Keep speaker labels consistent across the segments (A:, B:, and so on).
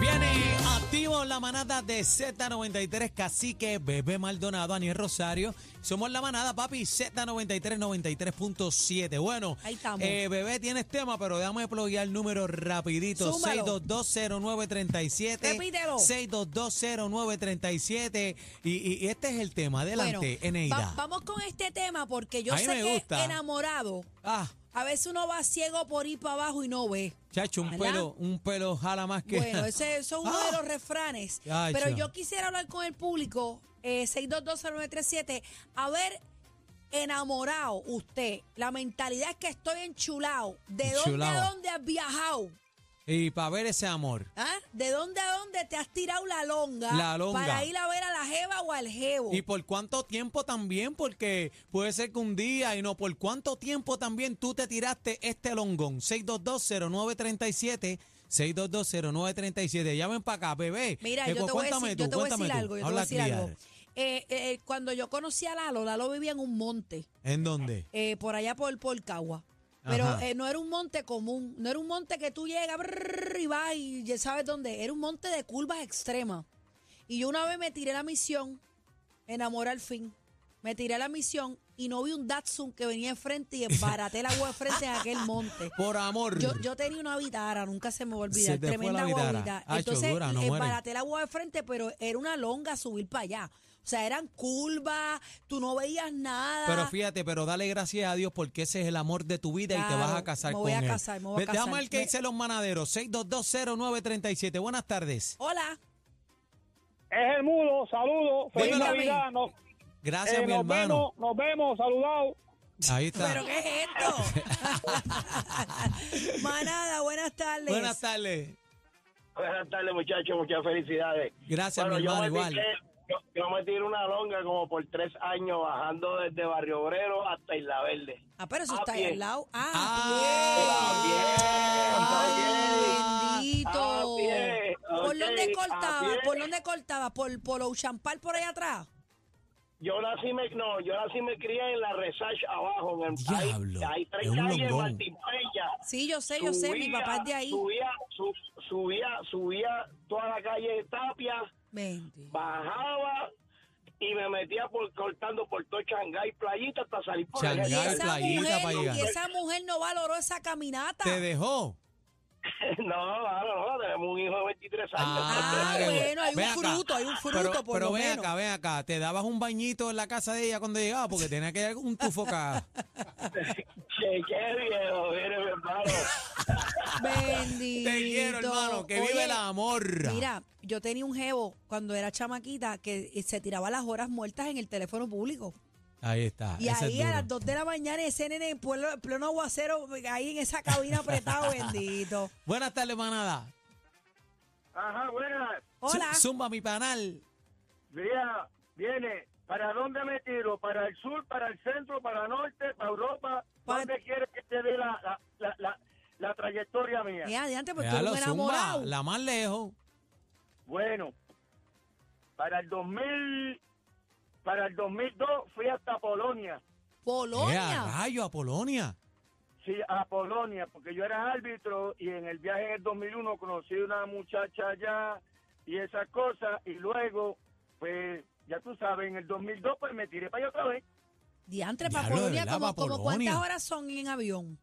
A: Viene activo la manada de Z93, Cacique, Bebé Maldonado, Aniel Rosario. Somos la manada, papi, Z93, 93.7. Bueno,
B: Ahí estamos.
A: eh, Bebé tienes tema, pero déjame ploguear el número rapidito.
B: Zúmbalo.
A: 6220937.
B: Repítelo.
A: 6220937. Y, y, y este es el tema.
B: Bueno,
A: Adelante,
B: va-
A: Eneida.
B: vamos con este tema porque yo
A: A mí
B: sé
A: me
B: que
A: gusta.
B: enamorado,
A: Ah,
B: a veces uno va ciego por ir para abajo y no ve.
A: chacho, un
B: ¿Verdad?
A: pelo, un pelo jala más que...
B: Bueno, ese, eso es uno
A: Ah.
B: de los refranes.
A: Ay,
B: Pero
A: chao.
B: yo quisiera hablar con el público, eh, 6220937, a ver, enamorado usted, la mentalidad es que estoy enchulado, ¿de dónde a
A: Enchulado.
B: dónde has viajado?
A: Y para ver ese amor.
B: ¿Ah? ¿De dónde a dónde te has tirado la longa,
A: La longa.
B: para ir a ver a la jeva o al jevo?
A: ¿Y por cuánto tiempo también? Porque puede ser que un día y no, ¿por cuánto tiempo también tú te tiraste este longón? 6220937. 6220937. Llamen para acá, bebé.
B: Mira,
A: Eh,
B: yo te, voy a
A: cuéntame
B: decir,
A: tú,
B: yo te voy a
A: cuéntame
B: decir
A: tú.
B: algo, yo te voy
A: Habla
B: a decir algo.
A: clear.
B: Eh, eh, cuando yo conocí a Lalo, Lalo vivía en un monte,
A: ¿En dónde?
B: eh, por allá por, por Cagua. Pero
A: Ajá.
B: eh, no era un monte común, no era un monte que tú llegas brrr, y vas y ya sabes dónde. Era un monte de curvas extremas. Y yo una vez me tiré la misión, enamoré al fin. Me tiré la misión y no vi un Datsun que venía enfrente y embaraté la agua de frente en aquel monte.
A: Por amor.
B: Yo, yo tenía una vitara, nunca se me va a
A: Se
B: olvidar,
A: te fue la
B: tremenda
A: vitara.
B: guaguita.
A: Hacho,
B: Entonces,
A: dura, no muere.
B: embaraté la guagua de frente, pero era una longa subir para allá. O sea, eran curvas, tú no veías nada.
A: Pero fíjate, pero dale gracias a Dios porque ese es el amor de tu vida y te
B: Claro,
A: vas a casar
B: me voy
A: con
B: a
A: él.
B: casar, me voy a
A: Ve,
B: casar.
A: Llama al que
B: Me-
A: dice los manaderos. 6220937. Buenas tardes.
B: Hola,
C: Es el mudo, saludos, feliz
A: Dímelo.
C: Navidad. Nos,
A: Gracias,
C: eh,
A: mi
C: nos
A: hermano.
C: vemos, nos vemos, saludados.
A: Ahí está.
B: ¿pero qué es esto? Manada, buenas tardes.
A: Buenas tardes.
D: Buenas tardes, muchachos. Muchas felicidades.
A: Gracias, mi hermano,
D: yo me
A: igual.
D: tiré- yo, yo me tiré una longa como por tres años bajando desde Barrio Obrero hasta Isla Verde.
B: Ah, pero eso
D: Ah,
B: está ahí
D: bien.
B: al lado. Ah,
A: Ah,
B: bien. Bendito.
D: Ah, bien,
B: ¿Por
D: ok,
B: dónde
D: ah,
B: cortaba?
D: bien.
B: ¿Por dónde cortaba? ¿Por, por Ocean Park, por allá atrás?
D: Yo nací, me, no, yo nací me crié en la Resach abajo. En el,
A: Diablo,
D: Hay, hay tres
A: es un
D: calles en
A: longón.
D: Martín Peña.
B: Sí, yo sé, yo sé, mi
D: Subía,
B: papá es de ahí.
D: Subía, su- subía, subía toda la calle de Tapia.
B: Bendito.
D: bajaba y me metía por cortando por todo Shanghái, playita hasta salir por
B: Y
A: Shanghái,
D: el-
B: esa,
A: playita
B: mujer,
A: para
B: no-
A: llegar.
B: y esa mujer no valoró esa caminata.
A: Te dejó.
D: No, no, no, tenemos un hijo de 23 años.
B: Ah,
A: qué
B: bueno, hay un
A: Ven acá.
B: fruto, hay un fruto,
A: Pero,
B: por
A: pero
B: lo
A: ven
B: menos.
A: acá, ven acá. Te dabas un bañito en la casa de ella cuando llegaba porque tenía que ir un tufo acá.
D: Che, qué viejo, mire, mi hermano.
B: Bendito.
A: Te quiero, hermano. Que vive
B: Oye,
A: el amor.
B: Mira, yo tenía un jevo cuando era chamaquita que eh, se tiraba las horas muertas en el teléfono público.
A: Ahí está.
B: Y
A: ese Ah, es
B: ahí a
A: duro.
B: las 2 de la mañana ese nene en pueblo- en pleno aguacero, ahí en esa cabina apretado, bendito.
A: Buenas tardes, manada.
E: Ajá, buenas.
A: Zu-
B: Hola. Ah,
A: Zumba mi panal.
E: Mira, viene. ¿Para dónde me tiro? ¿Para el sur, para el centro, para el norte, para Europa?
A: Pues
B: Pa-
E: ¿Dónde quieres que te dé la, la, la, la, la trayectoria mía?
B: Mira, adelante, Eh, porque pues tú
A: Ya
B: eres
A: lo
B: un
A: zumba,
B: enamorado.
A: la más lejos.
E: Bueno, para el 2000, para el 2002 fui hasta Polonia.
A: Ea,
B: Polonia.
A: rayo, a Polonia.
E: Sí, a Polonia, porque yo era árbitro y en el viaje en el 2001 conocí una muchacha allá y esas cosas. Y luego, pues, ya tú sabes, en el 2002 pues me tiré para allá otra vez.
B: Diantre, para
A: Diablo, de
B: Polonia,
A: verdad,
B: como,
A: pa'
B: como
A: Polonia.
B: cuántas horas son en avión.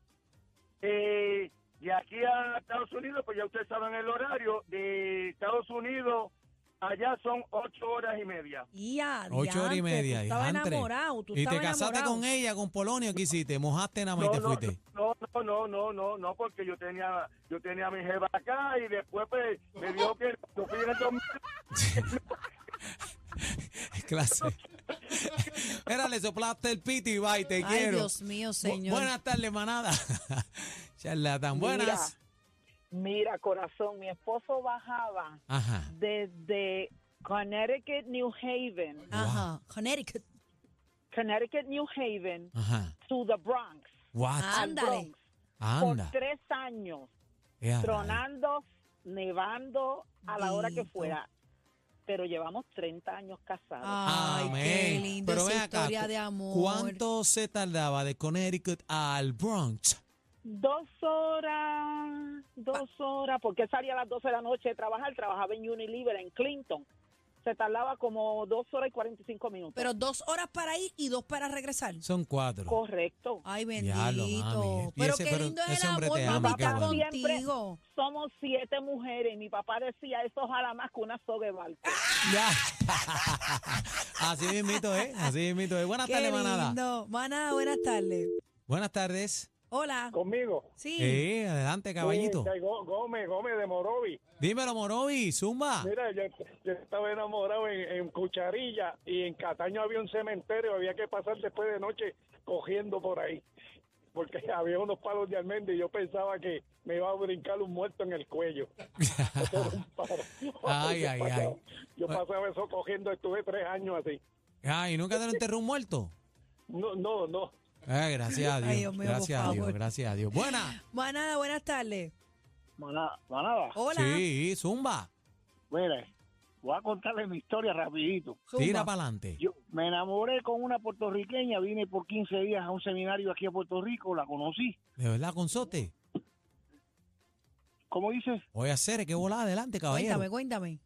E: Eh, de aquí a Estados Unidos, pues ya ustedes saben el horario, de Estados Unidos allá son ocho horas y media.
B: Ya,
A: Ocho horas y
B: diantre,
A: media.
B: Tú estabas
A: diantre.
B: enamorado, tú
A: y te
B: estabas
A: casaste
B: enamorado.
A: con ella, con Polonia. ¿Qué hiciste? Mojaste nada más y te
E: no,
A: fuiste.
E: no, no, no, no, no, no, porque yo tenía, yo tenía a mi jeva acá y después pues me dijo que yo fui en el 2000.
A: clase. Era, le soplaste el pito y va, y te
B: Ay,
A: quiero.
B: Dios mío,
A: Bu-
B: señor.
A: buenas tardes, manada. Charlatán, buenas.
F: Mira, corazón, mi esposo bajaba
A: Ajá.
F: desde Connecticut, New Haven,
B: Ajá. Connecticut.
F: Connecticut, New Haven,
A: Ajá.
F: to the Bronx.
A: What?
B: Ah,
F: al
B: Ándale.
F: Bronx,
B: Ah,
A: Anda.
F: Por tres años,
A: Eh, a rayos.
F: tronando, nevando, a la hora que
B: Bendito.
F: fuera. Pero llevamos 30 años casados.
B: Ay, qué
A: Amén.
B: lindo
A: Pero
B: esa
A: ven acá,
B: historia
A: ¿cu-
B: de amor.
A: ¿Cuánto se tardaba de Connecticut al Bronx?
F: Dos horas, dos horas, porque salía a las 12 de la noche de trabajar, trabajaba en Unilever, en Clinton. Se tardaba como dos horas y 45 minutos.
B: Pero dos horas para ir y dos para regresar.
A: Son cuatro.
F: Correcto.
B: Ay,
A: Diablo,
B: bendito.
A: mami. Y
B: pero
A: ese-
B: qué
A: pero
B: lindo es
A: ese
B: el
A: hombre
B: amor,
A: te ama,
B: mami,
A: qué
B: está
A: bueno.
F: Siempre-
B: contigo.
F: Somos siete mujeres. y Mi papá decía, eso jala más que una soga de barco.
A: Ya. Así mismito, ¿eh? Así mismito, ¿eh? Buenas
B: Qué
A: tardes, manada.
B: lindo. Manada, buenas tardes.
A: Buenas tardes.
B: Hola.
C: Conmigo.
B: Sí.
A: Eh, adelante, caballito.
C: Sí, Go- Gómez, Gómez de Morovi.
A: Dímelo, Morovi, zumba.
C: Mira, yo, yo estaba enamorado en, en Cucharilla y en Cataño había un cementerio, había que pasar después de noche cogiendo por ahí. Porque había unos palos de almendra y yo pensaba que me iba a brincar un muerto en el cuello. Eso era un palo.
A: Ay,
C: Yo
A: ay,
C: pasaba-
A: ay.
C: Yo pasaba eso cogiendo, estuve tres años así.
A: Ay, Ah, ¿nunca te lo enterró un muerto?
C: No, no, no.
A: Ay, gracias a Dios.
B: Ay, Dios mío, por
A: gracias a Dios,
B: favor.
A: gracias a Dios. Buena.
B: Manada, buenas tardes.
D: Manada, manada,
B: Hola.
A: Sí, zumba.
D: mira, voy a contarles mi historia rapidito.
B: Zumba.
A: Tira para adelante.
D: Yo me enamoré con una puertorriqueña, vine por 15 días a un seminario aquí a Puerto Rico, la conocí.
A: De verdad, consote.
D: ¿Cómo dices?
A: Voy a hacer, que volada adelante, caballero.
B: Cuéntame, cuéntame.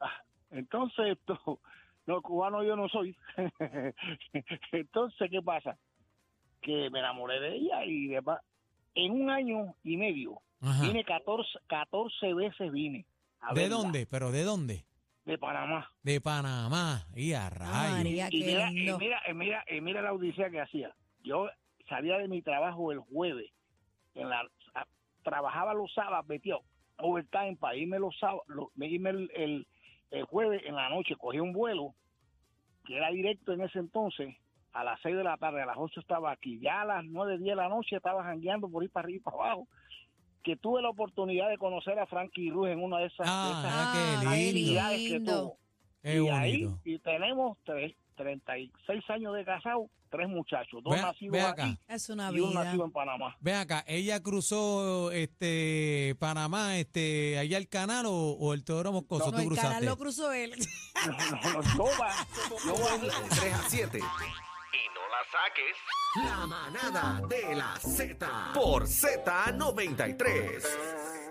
D: Entonces, esto, no, cubano yo no soy. Entonces, ¿qué pasa? Que me enamoré de ella y demás. En un año y medio,
A: Ajá.
D: vine 14, 14 veces vine. a
A: ¿De
D: verla,
A: dónde? ¿Pero de dónde?
D: De Panamá.
A: De Panamá. Y a
B: Ah,
A: rayos.
B: María,
D: Y
B: qué
D: mira, y
B: lindo.
D: mira, y mira, y mira la odisea que hacía. Yo salía de mi trabajo el jueves, en la, a- trabajaba los sábados, metió overtime para irme los sábados, lo- me irme el, el- el jueves en la noche, cogí un vuelo que era directo en ese entonces, a las 6 de la tarde, a las 8 estaba aquí, ya a las 9, 10 de la noche estaba jangueando por ir para arriba y para abajo, que tuve la oportunidad de conocer a Frankie Ruiz en una de esas, de esas
A: Ah,
B: Ah,
A: qué
B: qué
A: lindo.
D: actividades que
B: lindo.
D: tuvo
A: Qué
D: y ahí
A: bonito.
D: y tenemos tres, 36 años de casado, tres muchachos, dos
A: Ve,
D: nacidos
A: ve
D: aquí
A: acá.
B: Es una
D: y un
B: vida.
D: nacido en Panamá.
A: Ve acá, ¿ella cruzó este Panamá, este, allá el canal o, o el Teodoro Moscoso?
B: No,
A: ¿Tú
B: el
A: cruzaste?
B: canal lo cruzó él.
D: No, no, no, yo va- yo va-
G: 3 a 7. Y no la saques. La manada de la Z por Z93.